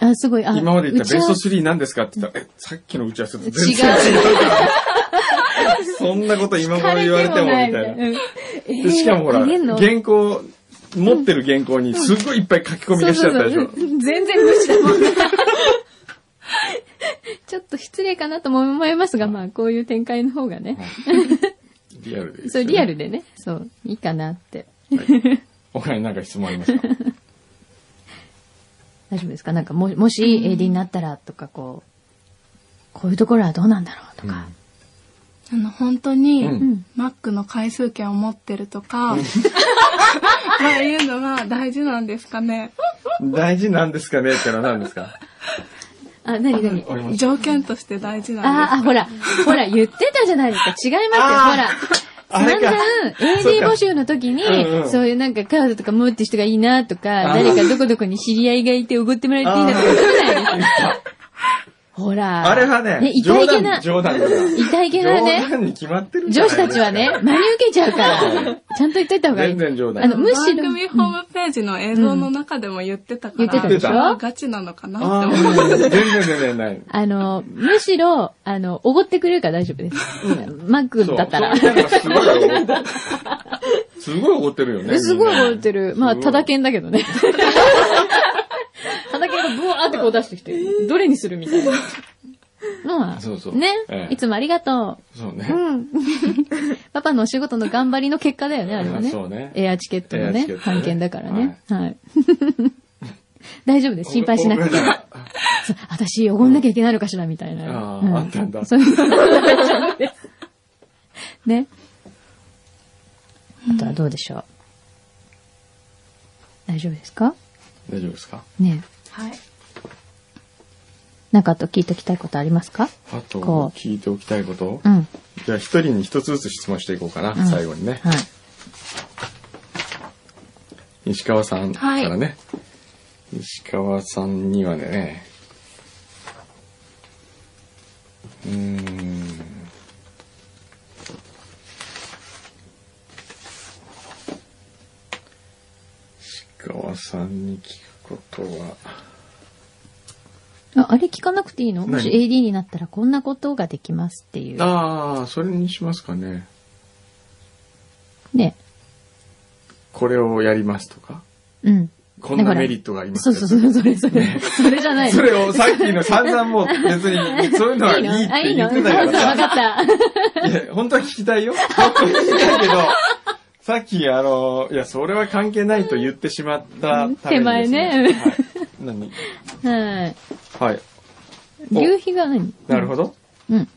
C: あ、すごい、あ、
B: 今まで言ったベス
C: うちは
B: ト3何ですかって言ったら、え、さっきの打ち合わせと全
C: 違
B: 然違う。
C: う。
B: そそんなこと今頃言われてもみたいな。
C: うん
B: でしかもほら、
C: えーあげんの
B: 原稿、持ってる原稿にすっごいいっぱい書き込みがしちゃったでしょ。
C: 全然無視だもんね。ちょっと失礼かなとも思いますが、まあ、こういう展開の方がね。
B: リアルでです
C: そ
B: よね
C: う、リアルでね。そう、いいかなって。
B: 他に何か質問あり ますか
C: 大丈夫ですかなんか、ももし AD になったらとか、こう、こういうところはどうなんだろうとか。
E: あの、本当
B: う
E: に、
B: ん。
E: マックの回数券を持ってるとか、ああいうのは大事なんですかね。
B: 大事なんですかねってのは何です か
C: あ、なになに
B: あります
E: 条件として大事なん
C: あーあ、ほら、ほら、言ってたじゃないですか。違いますよ、ほら。
B: あれ
C: 散
B: か
C: 々、
B: そう
C: AD
B: か
C: 募集の時に、
B: うんうん
C: そういうなんか、カードとか持ってる人がいいなとか、
B: あー
C: 誰かどこどこに知り合いがいておごってもらえていいなとか、そうじゃないですか。ほら。
B: あれはね、
C: 痛
B: 冗
C: いげ
B: 談、
C: な、
B: 冗談だから
C: 痛いげな
B: 冗
C: ね、
B: 談に決まってるじゃ
C: 女
B: ないですか
C: 子たちはね、真に受けちゃうから、ちゃんと言っといた方がいい。
B: 全然冗談
C: あの、むし
E: 番
C: ろ、
E: 組ホームページの映像の中でも言ってたから、
C: 言ってた
B: でしょ
E: ガチなのかなって
B: ああ、
E: 思う。
B: 全然全然ない。
C: あの、むしろ、あの、おごってくれるから大丈夫です。マック
B: そう
C: だったら。
B: そうなんかすごい怒ってる。すごい怒ってるよね。
C: すごい
B: みん
C: 覚
B: な
C: えてる。まあ、ただけんだけ どね。ただけんがブワーってこう出してきて、どれにするみたいな。まあ、
B: そうそう
C: ね、
B: ええ
C: いつもありがと
B: そう
C: う。
B: ね。
C: うん。 パパのお仕事の頑張りの結果だよね、あれはね。
B: そうね
C: エアチケットの
B: エアチ
C: ね
B: ケッ、トね
C: 半券だからね。はい。 大丈夫です。心配しなくて。 そう私、おごんなきゃいけないのかしら、みたいな。
B: あ
C: うん
B: あ、あったんだ。
C: そう いうの大丈夫ですね。あとはどうでしょう。大丈夫ですか
B: 大丈夫ですか
C: ねえ
G: はい。
C: なんかあと聞いておきたいことありますか
B: あと
C: こ、う
B: 聞いておきたいこと
C: うん。はい。
B: じゃあ、一人に一つずつ質問していこうかな、
C: うん
B: 最後にね。石川さんからね。石川さんにはね、うーん。石川さんに聞くことは、
C: ああれ聞かなくていいの
B: 何
C: もし AD になったらこんなことができますっていう。
B: ああ、それにしますかね。
C: ね。
B: これをやりますとか。
C: うん。
B: こんなメリットがあります
C: そう
B: け
C: そ
B: ど
C: うそう、それそれ。それじゃない
B: そ
C: の。
B: れをさっきの散々もう別に、そういうのはい
C: い
B: い
C: の
B: っ
C: あ、い
B: て
C: い
B: 言
C: の
B: っ
C: そう
B: て
C: そう、
B: た
C: わ
B: から
C: かった。
B: さ、いや本当は聞き たいよ。本当は聞きたいけど、さっきあの、いや、それは関係ないと言ってしまったためにです
C: 手前ね
B: はい。何
C: はい。
B: はい。お
C: 牛皮が何
B: なるほど。
C: うん。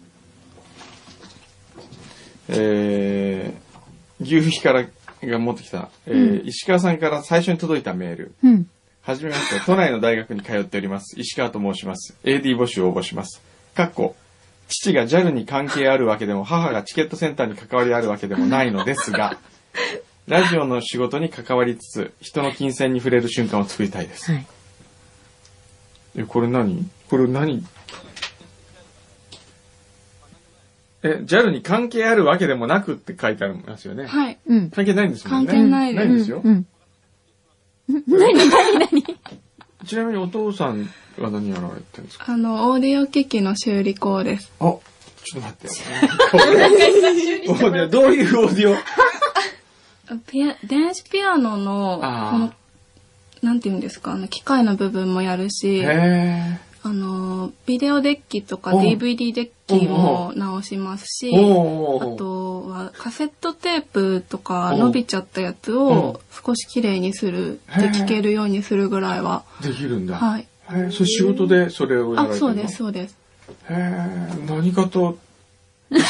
B: えー、牛皮からが持ってきた、えー石川さんから最初に届いたメール。
C: うん。
B: はじめまして、都内の大学に通っております。石川と申します。AD 募集を応募します。かっこ、父が JAL に関係あるわけでも、母がチケットセンターに関わりあるわけでもないのですが、 ラジオの仕事に関わりつつ、人の金銭に触れる瞬間を作りたいです。
C: はい。
B: え、これ何これ何え、JAL に関係あるわけでもなくって書いてありますよね。
E: はい。
C: うん。
B: 関係ないんですもんね。
E: 関係ない
B: ないんですよ
C: う。ん。
B: ちなみにお父さんは何やられてるんですか
E: あの、オーディオ機器の修理工です。
B: あ、ちょっと待っ てよ。オーディオどういうオーディオ
E: ピア電子ピアノの、
B: あー
E: この、なんて言うんですか、あの、機械の部分もやるし、
B: へ
E: あの、ビデオデッキとか
B: おう
E: DVD デッキも直します
B: ぇ
E: し、
B: ー。お
E: あ
B: ー
E: とはカセットテープとか伸びちゃったやつを少し綺麗にする、
B: へー
E: で聴けるようにするぐらいは、
B: できるんだ。
E: はい。
B: へーそれ仕事でそれをやられてるの
E: あ、そうです、。そうです。
B: へー何かと、何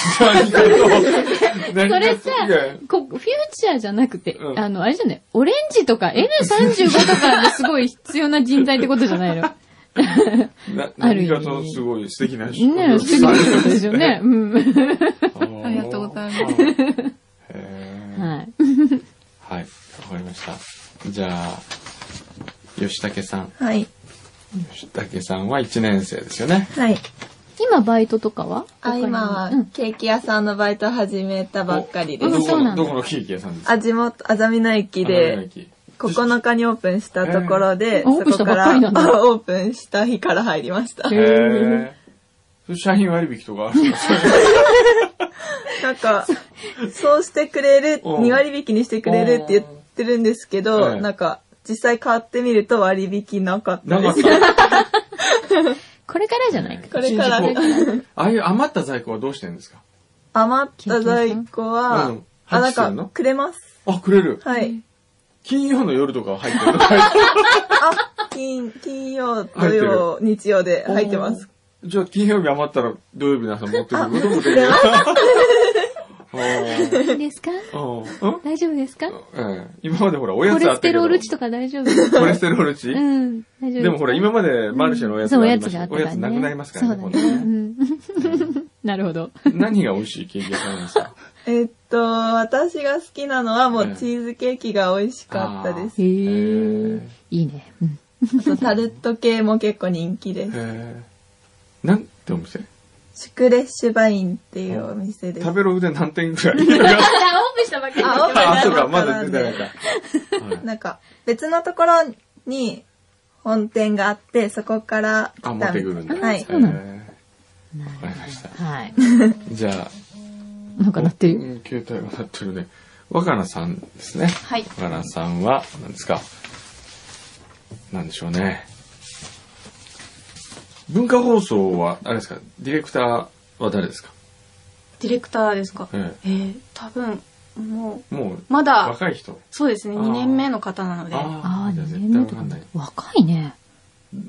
B: かと、何
C: それ
B: かと
C: さ
B: いや、
C: こ、フューチャーじゃなくて、
B: うん
C: あの、あれじゃない、オレンジとか N35 とかですごい必要な人材ってことじゃない の。ね
B: な
C: ある
B: 何
C: 意味
B: かとすごい素敵な仕事
C: え、素敵なことですよね。 うん。
B: あ。
E: ありがとうございます
B: へー
C: は
B: はい、
C: い。
B: わかりました。じゃあ、吉武さん。
F: はい。
B: 吉武さんは1年生ですよね。
F: はい。
C: 今、バイトとかは
F: あ、今
C: うん、
F: ケーキ屋さんのバイト始めたばっかりで
B: お
F: す
B: ど。
C: そう
B: こ
C: なん
B: の、
C: だ
B: どこのケーキ屋さんですか
F: あ、地元、あざみ野駅
B: 花
F: で、
B: 火の駅
F: 9日にオープンしたところで、
C: えーオープンした
F: そこか、
C: ばっからりなんだ
F: あ オープンした日から入りました。
B: へえ。社員割引とかあるんですか
F: なん か、そうしてくれる、
B: うん
F: 2割引きにしてくれるって言ってるんですけ
B: う
F: ど、
B: ん
F: なんか、実際買ってみると割引なかった
B: なか
F: で
B: っ
F: す。
B: た。
C: これからじゃないか。
F: これから
B: 新宿をああいう余った在庫はどうしてるんですか
F: 余った在庫
B: う
F: は
B: ん、
F: あ、
B: 廃棄
F: な
B: する
F: ん
B: の
F: か、くれます。
B: あ、くれる。
F: はい。
B: 金曜の夜とかは入 ってる。
F: あ、金、金曜、土
B: 入ってる
F: 曜、日曜で入ってます。
B: じゃあ、金曜日余ったら土曜日の朝持ってくることもできる。
C: いいですか
B: あーうん
C: 大丈夫ですか
B: ええ今までほら、おや
C: コ
B: つあ
C: レ
B: っ
C: ス
B: たけ
C: テ
B: ど
C: ロール値と か大丈夫
B: コレステロール値
C: うん、大丈夫
B: でもほら、今までマルシェのおやつ
C: そう、お
B: があ
C: や
B: りま
C: つ
B: し
C: が
B: た
C: あった
B: お
C: から
B: や
C: ね。
B: つなくなりますからね、
C: そ
B: 今
C: う
B: 度
C: だね。う
B: ね。
C: ん なるほど。
B: 何が美味しいケーキ屋さんなんですか
F: えっと、私が好きなのはも
B: うん
F: うチーズケーキが美味しかったです
C: へ。
B: へ
C: え
B: ー。
C: いいね。うん
F: あとタルト系も結構人気です。
B: へーなんてお店
F: シュクレッシュバインっていうお店です
B: 食。べログで何点ぐらい
G: オープンしたばっかり
F: あ、オープン
B: あ、そう
F: だ
B: か、
F: っ
B: ま
F: たな
B: だ
F: ん
B: 出
F: で
B: てないか。はい
F: なんか、別のところに本店があって、そこから来た
B: あ、持ってくるんだ。
F: はい。
C: うなの
B: へーわかりました。
C: はい。
B: じゃあ、
C: なんか鳴って
B: う
C: る。
B: ん携帯が鳴ってるね。若菜さんですね。
G: はい
B: 若菜さんは、何ですか。なんでしょうね。文化放送は、あれですか、ディレクターは誰ですか。
G: ディレクターですか
B: え
G: えー、多分も
B: え、もう、
G: うまだ
B: 若い人。
G: そうですね
B: あー
G: 2年目の方なので
B: あ
C: あ
B: あ、
C: あ
B: じゃ
C: ー、
B: あ
C: 2
B: 絶対
C: 年目
B: わか
C: とか
B: んない
C: ね。。若いね。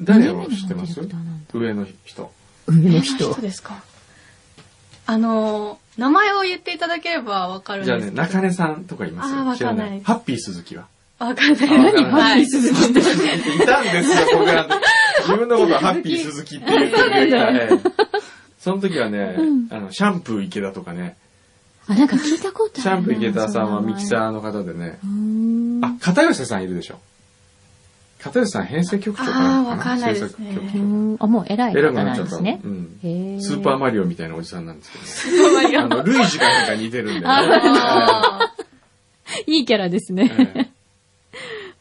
B: 誰を知ってます
C: 二年目のディレクターなん
B: 上の人。
C: 上の
G: ど
C: 人。
G: ですかあのー名前を言っていただければわかるん
B: じゃあ
G: です
B: ね、
G: けど
B: 中根さんとかいます
G: あーわかんない
B: 知らハッピー鈴木は。
G: わかんない
B: あわかんない
G: はい
B: いたんですよ、僕なんて。自分のことはハッピー鈴木って言ってくれたね。その時はね、あの、シャンプー池田とかね、
C: あ、なんか聞いたことある。
B: シャンプー池田さんはミキ
C: ー。
B: サーの方でね、
C: うーん。
B: あ、片寄さんいるでしょ。片寄さん編成局長かな
G: あーわかんないですね
B: 制作
C: う
B: 局
C: んあ、もう偉い
B: 長偉
C: 方
B: くな
C: な
B: っち
C: ん
B: ゃっ
C: で
B: た
C: す
B: の。
C: ね
B: う。ん
C: へー
B: スーパーマリオみたいなおじさんなんですけどね。
G: マリオ
B: あの、ルイージがなんか似てるんで、ね。
G: あー
C: いいキャラですね。
B: ええ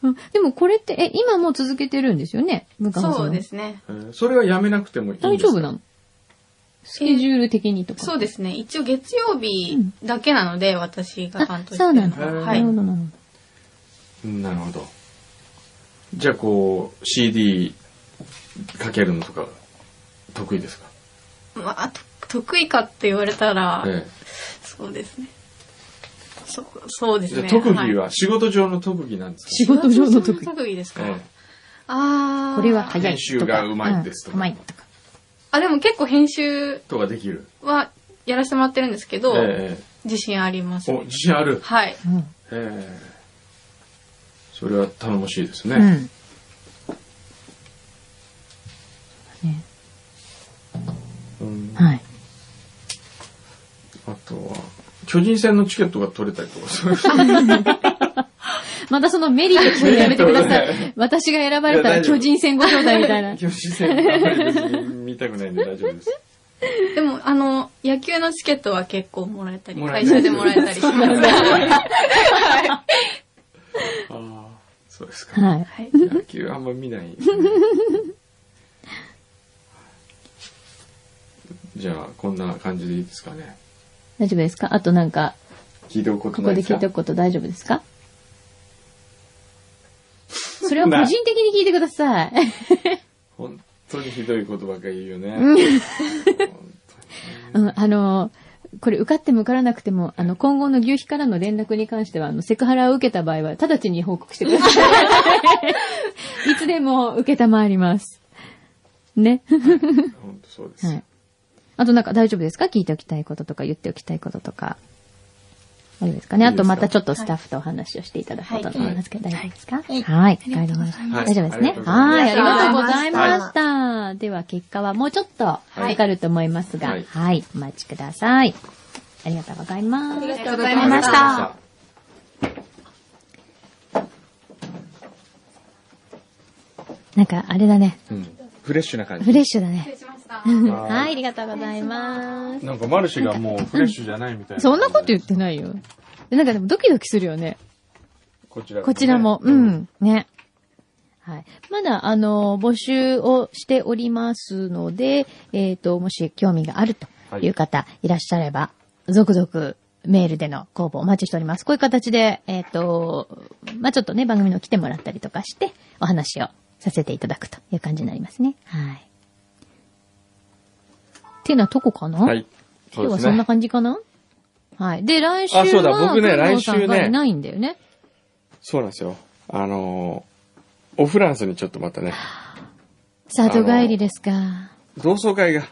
C: うんでもこれって、え、今も続けてるんですよね文化放送
G: そうで
C: の
G: すね。
B: ええそれはやめなくてもいいんです
C: 大丈夫
B: の
C: なのスケジュール的にとか。
G: そうですね。一応月曜日だけなので、私が担当して
C: あ
G: るの
C: そう
B: なんだ
G: は。
C: な
G: は
C: る
G: い
C: ほ。ど、なるほど。
B: なるほど。じゃあこう、CD かけるのとか、得意ですか
G: まあ、と得意かって言われたら、
B: ええ
G: そうですね。そ、そうです
B: じゃあ
G: ね。
B: 特技
G: い
B: は、仕事上の特技なんですか
C: 仕事上の特技。
G: 特技ですか、
B: え
G: ああ。
C: これは早い
B: 編集
C: とか。
B: がうまいですとか
C: うんうまいとか。
G: あ、でも結構編集
B: えとかできる。
G: はやらせてもらってるんですけど、
B: え
G: 自信あります
B: え。お、自信ある。
G: はい。
C: うん
B: ええそれは頼もしいですね。
C: うん。ね
B: うん
C: はい。
B: あとは、巨人戦のチケットが取れたりとか、そういう人
C: またそのメリット聞くのやめてく ださい。私が選ばれた
B: いや
C: ら
B: 大丈夫
C: 巨人戦ご兄弟みた いな。
B: 巨人戦あんまり別に見たくないんで大丈夫です。
G: でも、あの、野球のチケットは結構もらえたり、
B: もらえ
G: 会
B: たり
G: 社でもらえたりします。
B: ああ、そうですか。
C: はい。
G: はい。
B: 野球あんま見ない。 じゃあ、こんな感じでいいですかね。
C: 大丈夫ですかあとなんか、
B: 聞いておくこと
C: こ
B: な
C: こ
B: い
C: で
B: ですか
C: 聞いておくこと大丈夫ですかそれは個人的に聞いてください。
B: 本当にひどいことばっかり言うよね。
C: うん、あの、これ受かっても受からなくても、あの、今後の牛皮からの連絡に関しては、あの、セクハラを受けた場合は、直ちに報告してくださ い。いつでも受けたまわります。ね。
B: 本当そうです。
C: はい。あとなんか大丈夫ですか聞いておきたいこととか、言っておきたいこととか。大丈夫ですか
B: い
C: ね
B: い
C: あ
B: ですか
C: とまたちょっとスタッフとお話をしていただくことになりますけど、大丈夫ですかはい。わかりました。
B: はい
C: 大丈夫ですね。
B: は
C: はいい。ありがとうござい
F: ありがとうござい
C: ま
F: ま
C: し。
F: した
C: では結果はもうちょっとかかると思いますが、
B: は
C: はいい。お待ちください。ありがとうございます。
G: ありがとうご
B: あ
G: ざ
B: り
G: い
B: がとうご
G: ま
B: ざい
G: し
B: ま
G: た。。
C: なんかあれだね。
B: うんフレッシュな感
C: フ
B: じ。
C: レッシュだね。
G: 失礼しました。
C: はい。ありがとうございます。
B: なんかマルシェがもうフレッシュじゃないみたいな。
C: そんなこと言ってないよ。なんかでもドキドキするよね。
B: こちらもね
C: こちらも、う。ん、ね。はい。まだ、あの、募集をしておりますので、えっ、と、もし興味があるという方いらっしゃれば、続々メールでの公募お待ちしております。こういう形で、えっ、と、まあ、ちょっとね、番組の来てもらったりとかして、お話をさせていただくという感じになりますね。はい。っていうのはとこかな、
B: はい。
C: 今日はそんな感じかなはい。で、来週は、
B: あそうだ僕ね
C: 工藤さん
B: 来週
C: が
B: ね
C: いないんだよね。
B: そうなんですよ。あのー、オフランスにちょっとまたね、
C: 里帰りですか。
B: 同窓会が、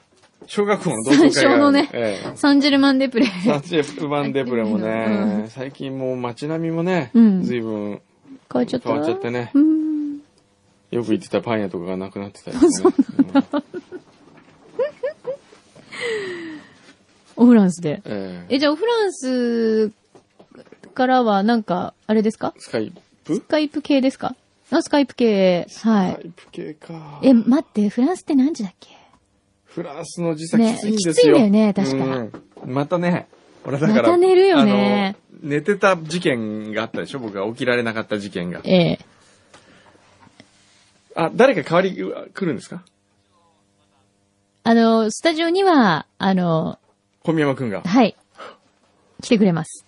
B: 小学校の同 窓会が。
C: 最初のね
B: ええ
C: サンジェルマンデプレイ。
B: サンチェルマンデプレも
C: う
B: ね、最近もう街並みもね、
C: うん
B: 随分
C: 変わっちゃった。
B: 変わっちゃってね
C: う、ん。
B: よく行ってたパン屋とかがなくなってたり ね。うん
C: オフランスで。
B: ええ
C: え、じゃあオフランスからはなんか、あれですか
B: スカイプ
C: スカイプ系ですかあ、スカイプ系。は
B: スカ
C: い。
B: イプ系か。
C: え、待って、フランスって何時だっけ
B: フランスの時差
C: ね
B: きついんですよ。
C: きついんだよね確か
B: うんまたね、俺だから。
C: また寝るよね
B: あの。寝てた事件があったでしょ僕が起きられなかった事件が。
C: ええ。
B: あ、誰か代わりうわ来るんですか
C: あの、スタジオには、あの、
B: 小宮山くんが。
C: はい。来てくれます。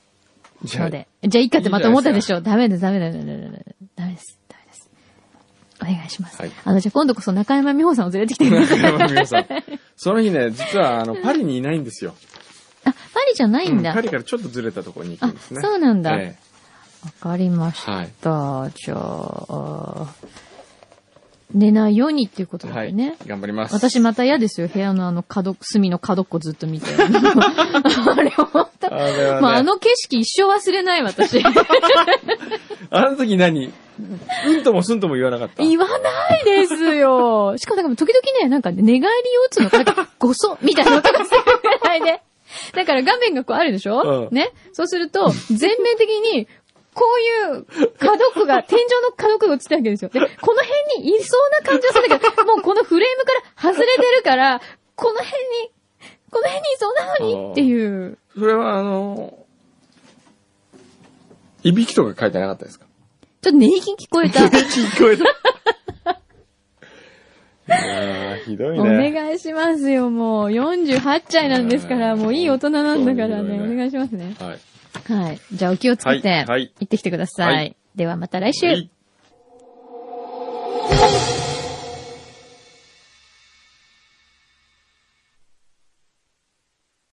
B: じゃ
C: の
B: あ、
C: で。じゃあいいかってまた思ったでしょダメだ、ダメだ、ダメだ、ダメだダメです。ダメです。お願いします。
B: はい
C: あの、じゃあ今度こそ中山美穂さんを連れてきてくだ
B: 中
C: さい。
B: 山美穂さん。その日ね、実はあの、パリにいないんですよ。
C: あ、パリじゃないんだ。
B: うんパリからちょっとずれたところに行
C: あ
B: くんですね。
C: そうなんだ。わ、
B: え
C: かりました。じゃあ、寝ないようにっていうこと
B: え
C: だ
B: は
C: よ
B: い。
C: ね。
B: 頑張ります。
C: 私また嫌ですよ。部屋のあの角、隅の角っこずっと見て。 あれ本当。
B: あれはね
C: まあ、あの景色一生忘れない私。
B: あの時何うんともすんとも言わなかった。
C: 言わないです よ。しかもなんかもう時々ね、なんかね寝返りを打つのか、なんかごそみたいな音 がするぐらいで。だから画面がこうあるでしょ、
B: うん
C: ね。そうすると、全面的に、こういう角区が、天井の角区が映ってるわけですよ。で、この辺にいそうな感じはするんだけど、もうこのフレームから外れてるから、この辺に、この辺にいそうなのにっていう。
B: それはあの、いびきとか書いてなかったですか
C: ちょっと寝息聞こ えた。
B: 聞こえた。いやーひどいね。
C: お願いしますよ、もう。48歳なんですから、もういい大人なんだからね。
B: そうね
C: お願いしますね。
B: はい。
C: はい。じゃあお気をつけて、
B: はいはい
C: 行ってきてください。
B: はい
C: ではまた来週。
B: はい